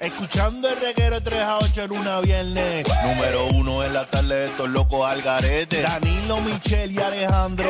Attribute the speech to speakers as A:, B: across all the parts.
A: escuchando el reguero 3 a 8 el luna a viernes.
B: Número uno en la tarde de estos locos al garete.
A: Danilo, Michelle y Alejandro.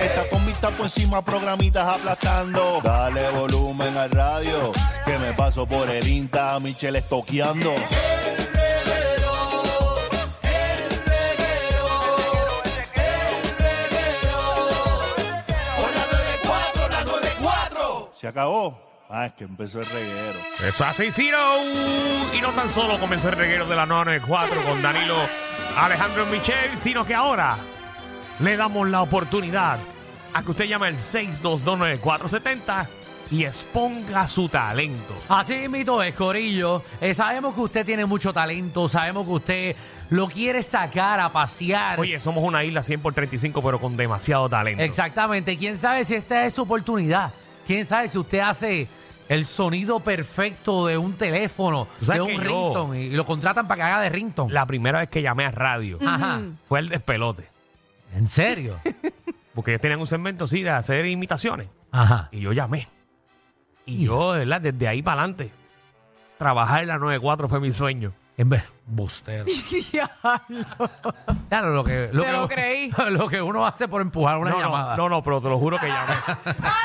A: Está con vista por encima, programitas aplastando.
B: Dale volumen al radio, que me paso por el Insta, Michelle estoqueando.
A: Se acabó. Ah, es que empezó el reguero.
C: Eso así, Ciro. Y no tan solo comenzó el reguero de la 994 con Danilo Alejandro y Michel, sino que ahora le damos la oportunidad a que usted llame al 6229470 y exponga su talento.
D: Así mito es, Corillo. Eh, sabemos que usted tiene mucho talento, sabemos que usted lo quiere sacar a pasear.
C: Oye, somos una isla 100 por 35, pero con demasiado talento.
D: Exactamente. ¿Quién sabe si esta es su oportunidad? ¿Quién sabe si usted hace el sonido perfecto de un teléfono,
C: Tú
D: de
C: sabes
D: un
C: que yo-
D: ringtone, y lo contratan para que haga de ringtone?
C: La primera vez que llamé a radio
D: Ajá.
C: fue el despelote.
D: ¿En serio?
C: Porque ellos tenían un segmento, sí, de hacer imitaciones.
D: Ajá.
C: Y yo llamé. Y yo, de verdad, desde ahí para adelante, trabajar en la 94 fue mi sueño.
D: En vez, bustero. Claro, lo que, lo,
E: Te
D: que
E: lo creí.
D: lo que uno hace por empujar una
C: no,
D: llamada.
C: No, no, no, pero te lo juro que llamé.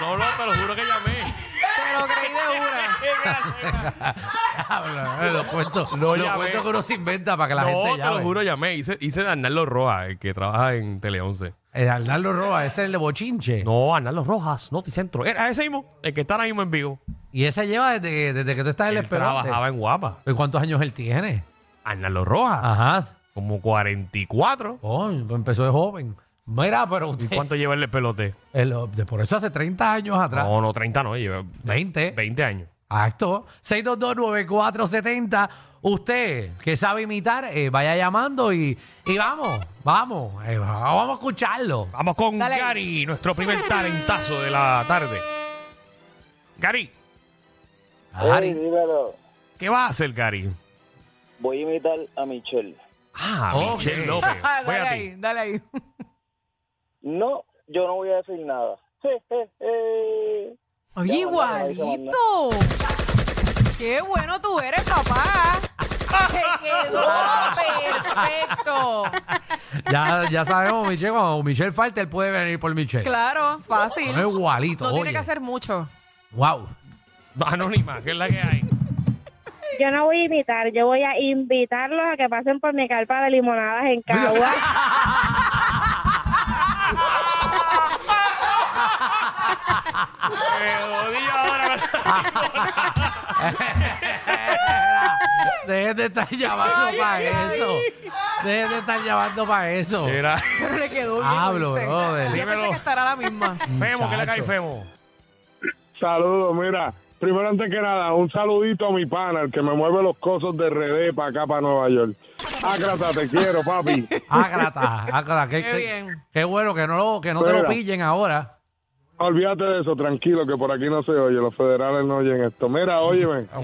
C: no, no, te lo juro que llamé.
E: Te lo creí de una.
D: eh, lo cuento,
C: Lo
D: lo
C: llamé.
D: cuento que uno se inventa para que la
C: no,
D: gente
C: te
D: llame.
C: lo juro, llamé. Hice, hice de Arnaldo Rojas, el que trabaja en Tele 11.
D: El Eh, Arnaldo Roa, ese es el de Bochinche.
C: No, Arnaldo Rojas, Noticentro. Era ese mismo, el que está ahora mismo en vivo.
D: Y ese lleva desde, que- desde que tú estás en el
C: Él
D: Esperante.
C: trabajaba en Guapa.
D: ¿Y ¿Cuántos años él tiene?
C: Arnaldo Rojas,
D: Ajá.
C: como 44.
D: Coño, pues empezó de joven. Mira, pero
C: ¿Y
D: usted...
C: cuánto lleva el pelote?
D: el- de- por eso hace 30 años atrás.
C: No, no, 30 no, lleva
D: 20.
C: 20 años.
D: Acto. 6229470. Usted que sabe imitar, eh, vaya llamando y, y vamos, vamos, eh, vamos a escucharlo.
C: Vamos con
E: Dale.
C: Gary, nuestro primer talentazo de la tarde. Gary,
F: Oh.
G: Sí,
D: Ari.
G: dímelo.
C: ¿qué va a hacer, Gary?
G: Voy a imitar a Michelle.
C: Ah,
D: Ok.
C: Michelle López. Voy
E: dale
C: a ti.
E: ahí, dale ahí.
G: No, yo no voy a decir nada.
E: Oye, igualito. Qué bueno tú eres, papá. Se quedó perfecto.
D: Ya, ya sabemos, Michelle, cuando Michelle falta, él puede venir por Michelle.
E: Claro, fácil.
D: No es igualito.
E: No tiene
D: oye.
E: que hacer mucho.
D: Wow.
C: Anónima, que es la que hay.
H: Yo no voy a imitar, yo voy a invitarlos a que pasen por mi carpa de limonadas en Cagua.
C: Eh, jodía ahora.
D: Dejen de estar llamando para eso. Dejen de estar llamando para eso.
C: Era
E: Pero le quedó bien.
D: Hablo,
E: ¿oíste?
D: brother.
E: Yo
C: Dímelo.
E: pensé que estará la misma.
C: Femo, que es la que hay,
D: Muchacho.
C: Femo.
I: Saludos, mira. Primero, antes que nada, un saludito a mi pana, el que me mueve los cosos de RD para acá, para Nueva York. Ácrata, te quiero, papi.
D: Ágrata, ágrata. Qué,
E: Qué
D: qué-
E: bien.
D: qué bueno que no, lo- que no te lo
I: Mira.
D: pillen ahora.
I: Olvídate de eso, tranquilo, que por aquí no se oye. Los federales no oyen esto. Mira, óyeme.
C: Ah,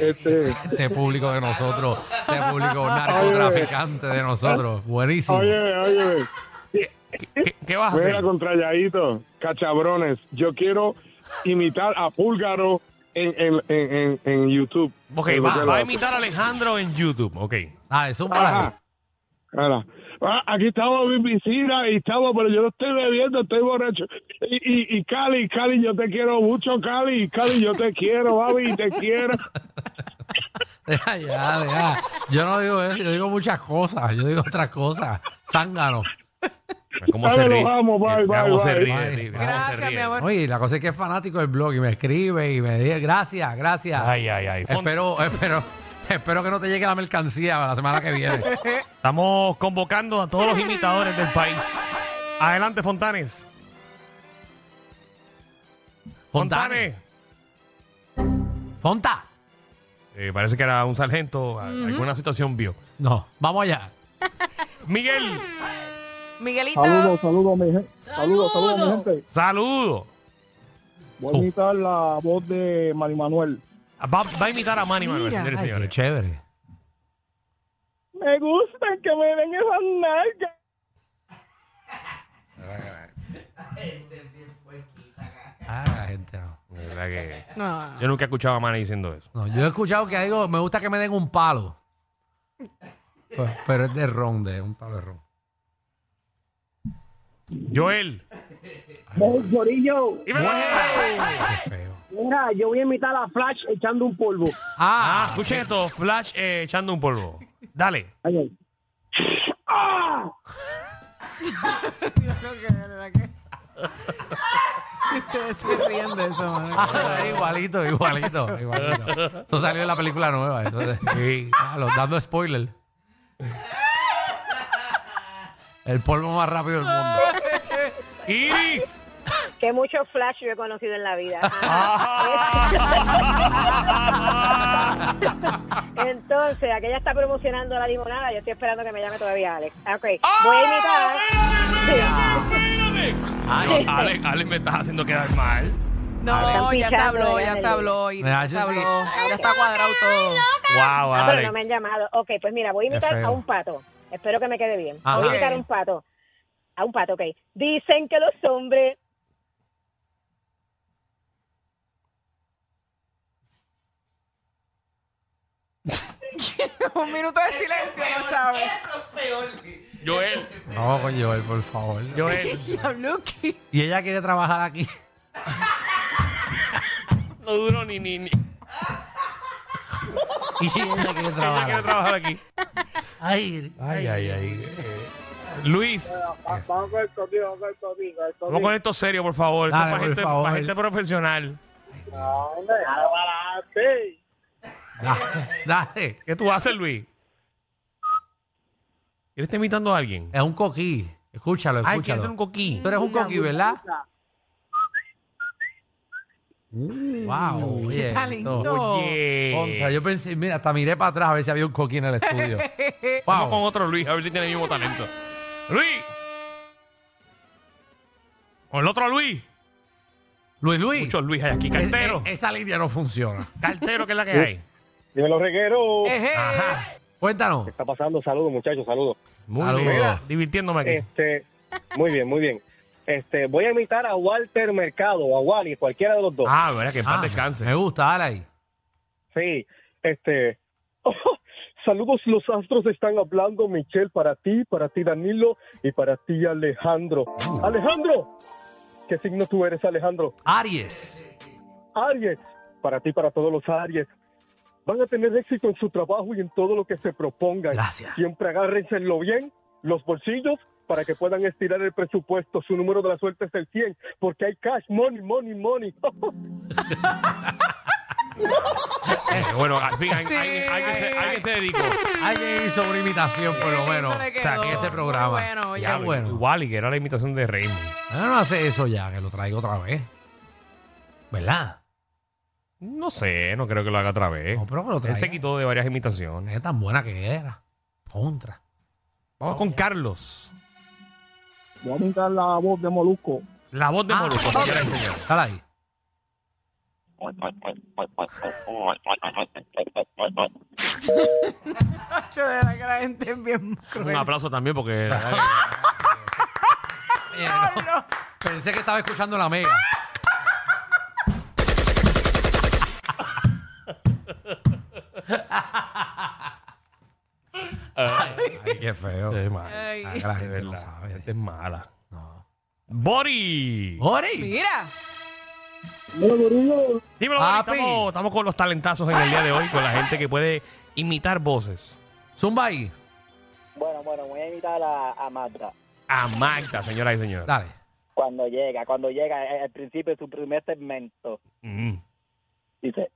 I: Este,
D: Este público de nosotros, este público narcotraficante de nosotros. Buenísimo.
I: óyeme, óyeme.
C: ¿Qué, qué vas a hacer?
I: Mira, contralladito, cachabrones. Yo quiero imitar a Púlgaro en, en, en, en, en YouTube.
C: Ok,
I: Es lo que
C: va,
I: lo
C: va a
I: hace.
C: imitar a Alejandro en YouTube. Ok.
D: Ah, es un
I: Ajá. Ahora, ah, aquí estamos en piscina y estamos, pero yo no estoy bebiendo, estoy borracho. Y, y, y Cali, Cali, yo te quiero mucho, Cali, Cali, yo te quiero, Babi, te quiero.
D: Deja ya, deja. Yo no digo eso, yo digo muchas cosas. Yo digo otras cosas. Zángano.
C: ¿Cómo
I: Dale,
C: se ríe?
I: nos vamos, bye,
C: Mira ¿Cómo
I: bye,
C: se
I: bye.
C: ríe? de ti, mira cómo se
E: Gracias,
C: ríe.
E: mi amor.
D: Oye, la cosa es que es fanático del blog y me escribe y me dice gracias, gracias.
C: Ay, ay, ay. Fon-
D: Espero, espero, Espero que no te llegue la mercancía la semana que viene.
C: Estamos convocando a todos los imitadores del país. Adelante, Fontanes.
D: Fontane. Fonta.
C: Eh, parece que era un sargento. a- Alguna situación vio.
D: No, vamos allá.
C: Miguel,
E: Miguelito.
F: Saludos, saludos, mi gente. Saludos, saludos, mi gente.
C: saludo.
F: Voy a imitar la voz de Mari Manuel.
C: Va, va a imitar a Manny Manuel,
E: Mira.
C: señores y
D: Ay, qué
C: señores.
D: chévere.
F: Me gusta que me den esas nalgas.
D: Ah, la gente. no.
C: De verdad que
E: No, no, no.
C: Yo nunca he escuchado a Manny diciendo eso.
D: No, yo he escuchado que algo, me gusta que me den un palo. Pero, pero es de ron, de un palo de ron.
C: Joel.
I: Ven, Corillo,
C: dímelo.
D: Qué feo.
I: mira, yo voy a imitar a Flash echando un polvo.
C: Ah, escuchen esto. Flash eh, echando un polvo. Dale.
I: Ahí, ahí.
E: Yo creo que, de verdad que- Ustedes se ríen de eso, ¿eh? mano.
D: Ah, igualito, igualito, igualito. Eso salió en la película nueva. Entonces, Ah, lo- dando spoiler. El polvo más rápido del mundo.
C: Iris.
H: Que muchos flash yo he conocido en la vida.
D: Ah.
H: Entonces, aquella está promocionando la limonada, yo estoy esperando que me llame todavía Alex. Ah, Ok,
D: Ah,
H: voy a
C: Ah,
H: imitar.
C: Ay, Ale, Ale, me estás haciendo quedar mal.
E: No, ya se
H: pichando,
E: habló, ya
H: déjame
E: se habló. y
D: Ah,
E: Ya se
D: sí.
E: habló. Ya está cuadrado todo.
C: Wow,
H: Ah, pero no
C: Alex.
H: me han llamado. Ok, pues mira, voy a imitar
D: feo.
H: a un pato. Espero que me quede bien.
D: Ajá.
H: Voy a imitar a un pato. A un pato, ok. Dicen que los hombres...
E: Un minuto de silencio, no, Chávez.
C: Joel.
D: No, con Joel, por favor.
C: Joel.
E: Diablo, ¿qué?
D: Y ella quiere trabajar aquí.
C: No duro ni ni ni.
D: Y ella quiere
C: Ella quiere
D: trabajar.
C: trabajar aquí.
D: Ay,
C: Ay, ay, ay. Eh, Luis,
G: Ah,
F: Vamos con esto, tío, vamos con esto, tío, con esto, tío.
C: vamos con esto serio, por favor. Esto
D: Dale,
C: es para
D: por
C: gente,
D: favor.
C: para gente profesional.
G: Ah,
F: Hombre, dale para adelante.
D: dale, dale.
C: ¿Qué tú haces, Luis? ¿Él está imitando a alguien?
D: Es un coquí. Escúchalo,
C: Ay, quiere ser
D: escúchalo.
C: un coquí.
D: Tú eres un coquí, ¿verdad? wow,
E: Mm. Qué
D: oye, esto-
E: talento.
C: Oye.
D: Contra, yo pensé, mira, hasta miré para atrás a ver si había un coquí en el estudio.
C: Vamos
D: Wow.
C: con otro Luis, a ver si tiene el mismo talento. ¡Luis! ¿O el otro Luis?
D: Luis Luis. Eh,
C: Muchos Luis hay aquí.
D: Es- es-
C: Cartero. Uh,
D: esa línea no funciona.
C: Cartero, que es la que hay.
I: Dímelo, reguero. ¿Qué
E: Ejé.
D: Ajá. Cuéntanos.
I: está pasando? Saludos, muchachos, saludos.
C: Muy
D: Saludos.
C: bien. Divirtiéndome aquí.
I: Este, muy bien, muy bien. Este, voy a imitar a Walter Mercado o a Wally, cualquiera de los dos.
C: Ah, verdad que en paz
D: Ah,
C: descanse.
D: Me gusta, dale ahí.
I: Sí, este. saludos, los astros están hablando, Michelle, para ti, para ti, Danilo, y para ti, Alejandro. ¡Alejandro! ¿Qué signo tú eres, Alejandro?
D: Aries.
I: Aries, para ti, para todos los Aries. Van a tener éxito en su trabajo y en todo lo que se propongan.
D: Gracias.
I: Siempre agárrenselo bien, los bolsillos, para que puedan estirar el presupuesto. Su número de la suerte es el 100, porque hay cash, money, money, money.
C: Eh, Bueno, al fin, alguien-
E: Sí.
C: alguien alguien se- alguien se dedicó.
D: Hay que ir sobre imitación, por lo menos.
E: le
D: O sea,
E: quedó.
D: que este
E: Muy
D: programa.
E: bueno, oye.
D: Qué Ah, bueno.
C: Igual, y que era la imitación de Raymond.
D: Ah, no hace eso ya, que lo traigo otra vez. ¿Verdad?
C: No sé, no creo que lo haga otra vez.
D: No, pero que lo
C: Él
D: traiga.
C: se quitó de varias imitaciones.
D: Es tan buena que era. Contra.
C: Vamos con Carlos.
F: Voy a imitar la voz de Molusco.
C: La voz de Molusco.
D: Ah, ok. Dale ahí.
E: Yo de verdad que la gente es bien
C: Un
E: cruel.
C: aplauso también porque...
D: Oye,
C: Ah,
D: no, pensé que estaba escuchando la mega. Ay, qué feo.
C: Es mala.
E: Ay.
D: Ah, que la
C: De
D: gente no
C: verdad,
D: sabe.
C: la gente es mala.
D: No.
C: ¡Bori!
D: ¡Ori!
E: Mira.
F: Mira, Corillo,
C: Dímelo,
D: Papi.
C: Bori, estamos, estamos con los talentazos en el día de hoy, con la gente que puede imitar voces.
D: Zumba ahí.
I: Bueno, bueno, voy a imitar a, a Magda.
C: A Magda, señoras y señores.
D: Dale.
I: Cuando llega, cuando llega, eh, al principio de su primer segmento,
C: Mm.
I: dice: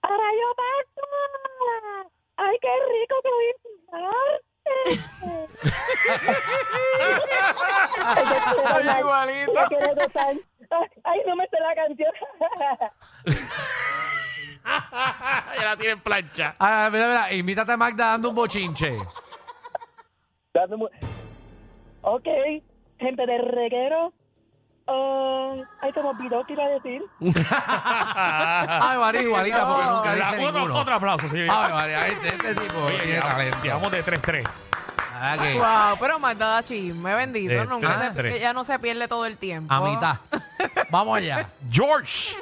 I: ¡Para yo Magda!
H: ¡Ay, qué rico que voy a invitarte!
E: Oye, igualito.
H: Ya quiero gozar. Ay, Ay, no me sé la canción.
C: ya la tienen plancha.
D: Ah, mira, mira, invítate a Magda dando un bochinche.
G: Dame mu-
H: ok, gente de reguero. Ah, ay, se me olvidó que iba a decir.
D: Ay, María, igualita, porque nunca
C: Ah. La-
D: dice
C: otro,
D: ninguno.
C: otro aplauso,
D: Ay,
C: señorita.
D: María, este, este tipo
C: Oye,
D: tiene
C: ya-
D: talento.
C: Llegamos de 3-3.
D: Ah, que-
E: Wow, pero Magda da chisme, bendito.
C: Tres,
E: nunca
C: tres,
E: se-
C: tres.
E: Ella no se pierde todo el tiempo.
D: A mitad. Vamos allá.
C: George,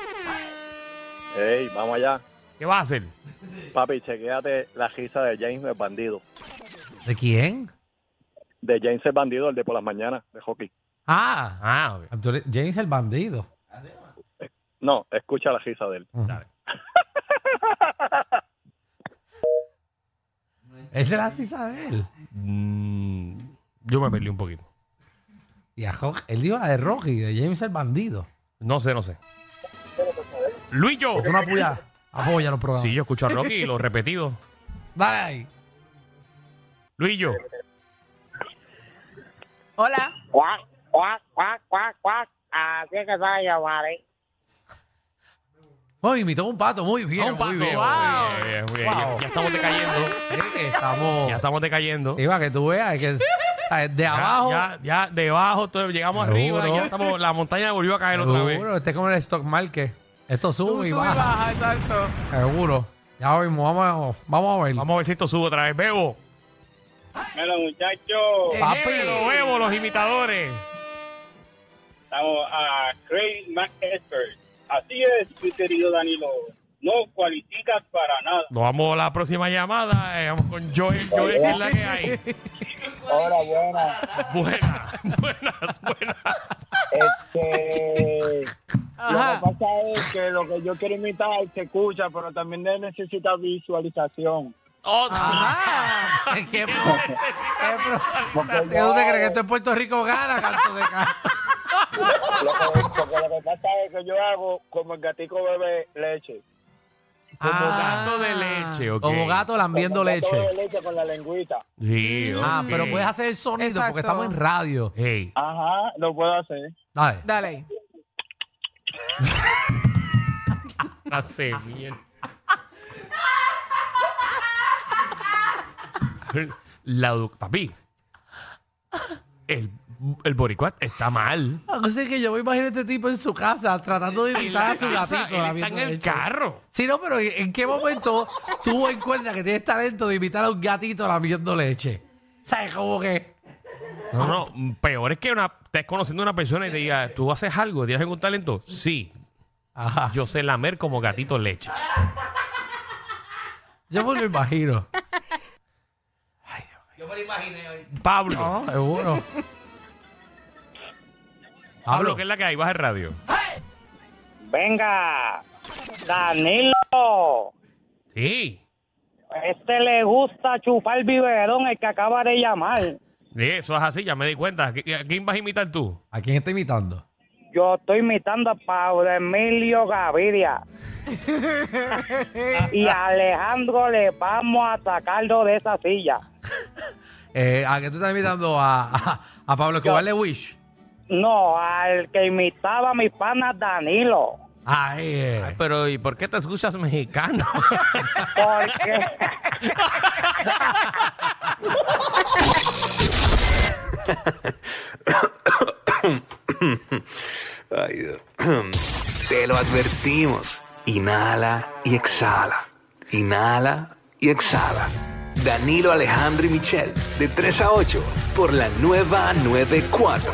G: Ey, vamos allá.
C: ¿qué va a hacer?
G: Papi, chequéate la risa de James el bandido.
D: ¿De quién?
G: De James el bandido, el de por las mañanas, de hockey.
D: Ah,
C: Ah, ok.
D: tú eres James el bandido.
G: No, escucha la risa de él.
C: Dale.
D: Esa es la risa de él.
C: Mm, yo me perdí un poquito.
D: Y a Rocky- él dijo la de Rocky, de James el bandido.
C: No sé, no sé. Luillo.
D: Tú no apoyas, apoya los programas.
C: Sí, yo escucho a Rocky y lo repetido.
D: Dale ahí.
C: Luillo.
E: Hola.
F: Cuac, cuac, cuac, cuac, cuac. ah, Así es que se va a llamar, ¿eh?
D: Oh, imitó un pato, muy bien.
C: A un pato.
D: Muy bien.
E: Wow.
C: Muy bien, muy bien. Ya,
D: Wow.
C: ya estamos decayendo.
D: Es que estamos.
C: Ya estamos decayendo.
D: Iba, que tú veas que eh, de
C: Ya,
D: abajo.
C: Ya, ya, debajo, todo- llegamos
D: Seguro.
C: arriba. Ya estamos, la montaña volvió a caer otra vez.
D: Seguro, este es como el stock market. Esto sube,
E: Tú
D: y
E: sube
D: baja.
E: baja, exacto.
D: Seguro. Ya mismo, vamos, a- vamos a ver.
C: Vamos a ver si esto sube otra vez. Bebo.
F: Hola,
E: Eh.
F: muchachos.
D: Papi.
C: Llévelo, Bebo, los imitadores.
F: Estamos a Craig McExpert. Así es, mi querido Danilo. No cualificas para nada.
C: Nos vamos a la próxima llamada. eh, vamos con Joel. Joel, ¿qué es la que hay?
F: Hola, buena.
C: Buenas, buenas, buenas.
F: Este, Lo
E: Ajá.
F: que pasa es que lo que yo quiero imitar se escucha, pero también necesita visualización.
C: Otra.
D: Ajá. ¿Qué, qué,
F: Porque
D: ¿De dónde crees que esto en Puerto Rico gana, canto de ca-
F: Lo que, porque lo que pasa es que yo hago como el gatico bebe leche.
C: Como
D: Ah.
C: gato de leche, ok.
D: Como gato lambiendo
F: Como el gato
D: leche.
F: bebe leche con la lengüita.
C: Sí,
D: Ah,
C: ok.
D: pero puedes hacer el sonido
E: Exacto.
D: porque estamos en radio.
C: Hey.
F: Ajá, lo puedo hacer.
D: Dale.
E: Dale ahí.
C: Hace bien. La du- papi. El, el boricuat está mal.
D: Así que yo me imagino a este tipo en su casa tratando de imitar a su
C: Él está-
D: gatito.
C: él está en
D: lamiendo
C: el
D: leche.
C: carro.
D: Sí, no, pero ¿en en qué momento tú encuentras que tienes talento de imitar a un gatito lamiendo leche? ¿Sabes cómo que?
C: No, no, peor es que una, estés conociendo a una persona y te diga, ¿tú haces algo? ¿Tienes algún talento? Sí,
D: Ajá.
C: yo sé lamer como gatito leche.
D: Yo me lo imagino.
C: Pablo,
D: No, seguro.
C: Pablo, ¿qué es la que hay? Baja el radio.
F: Venga, Danilo,
C: Sí,
F: este le gusta chupar biberón, el que acaba de llamar.
C: sí, eso es así, ya me di cuenta. ¿A qui- a quién vas a imitar tú?
D: ¿A quién está imitando?
F: Yo estoy imitando a Pablo Emilio Gaviria. y a Alejandro le vamos a sacarlo de esa silla.
D: Eh, ¿A quién te está imitando? ¿A, a, a Pablo Escobar de Wish?
F: No, al que imitaba a mi pana Danilo.
D: Ay, eh.
C: pero ¿y por qué te escuchas mexicano?
F: Porque...
J: Ay, Dios. Te lo advertimos. Inhala y exhala. Inhala y exhala. Danilo Alejandro y Michel, de 3 a 8, por la nueva 94.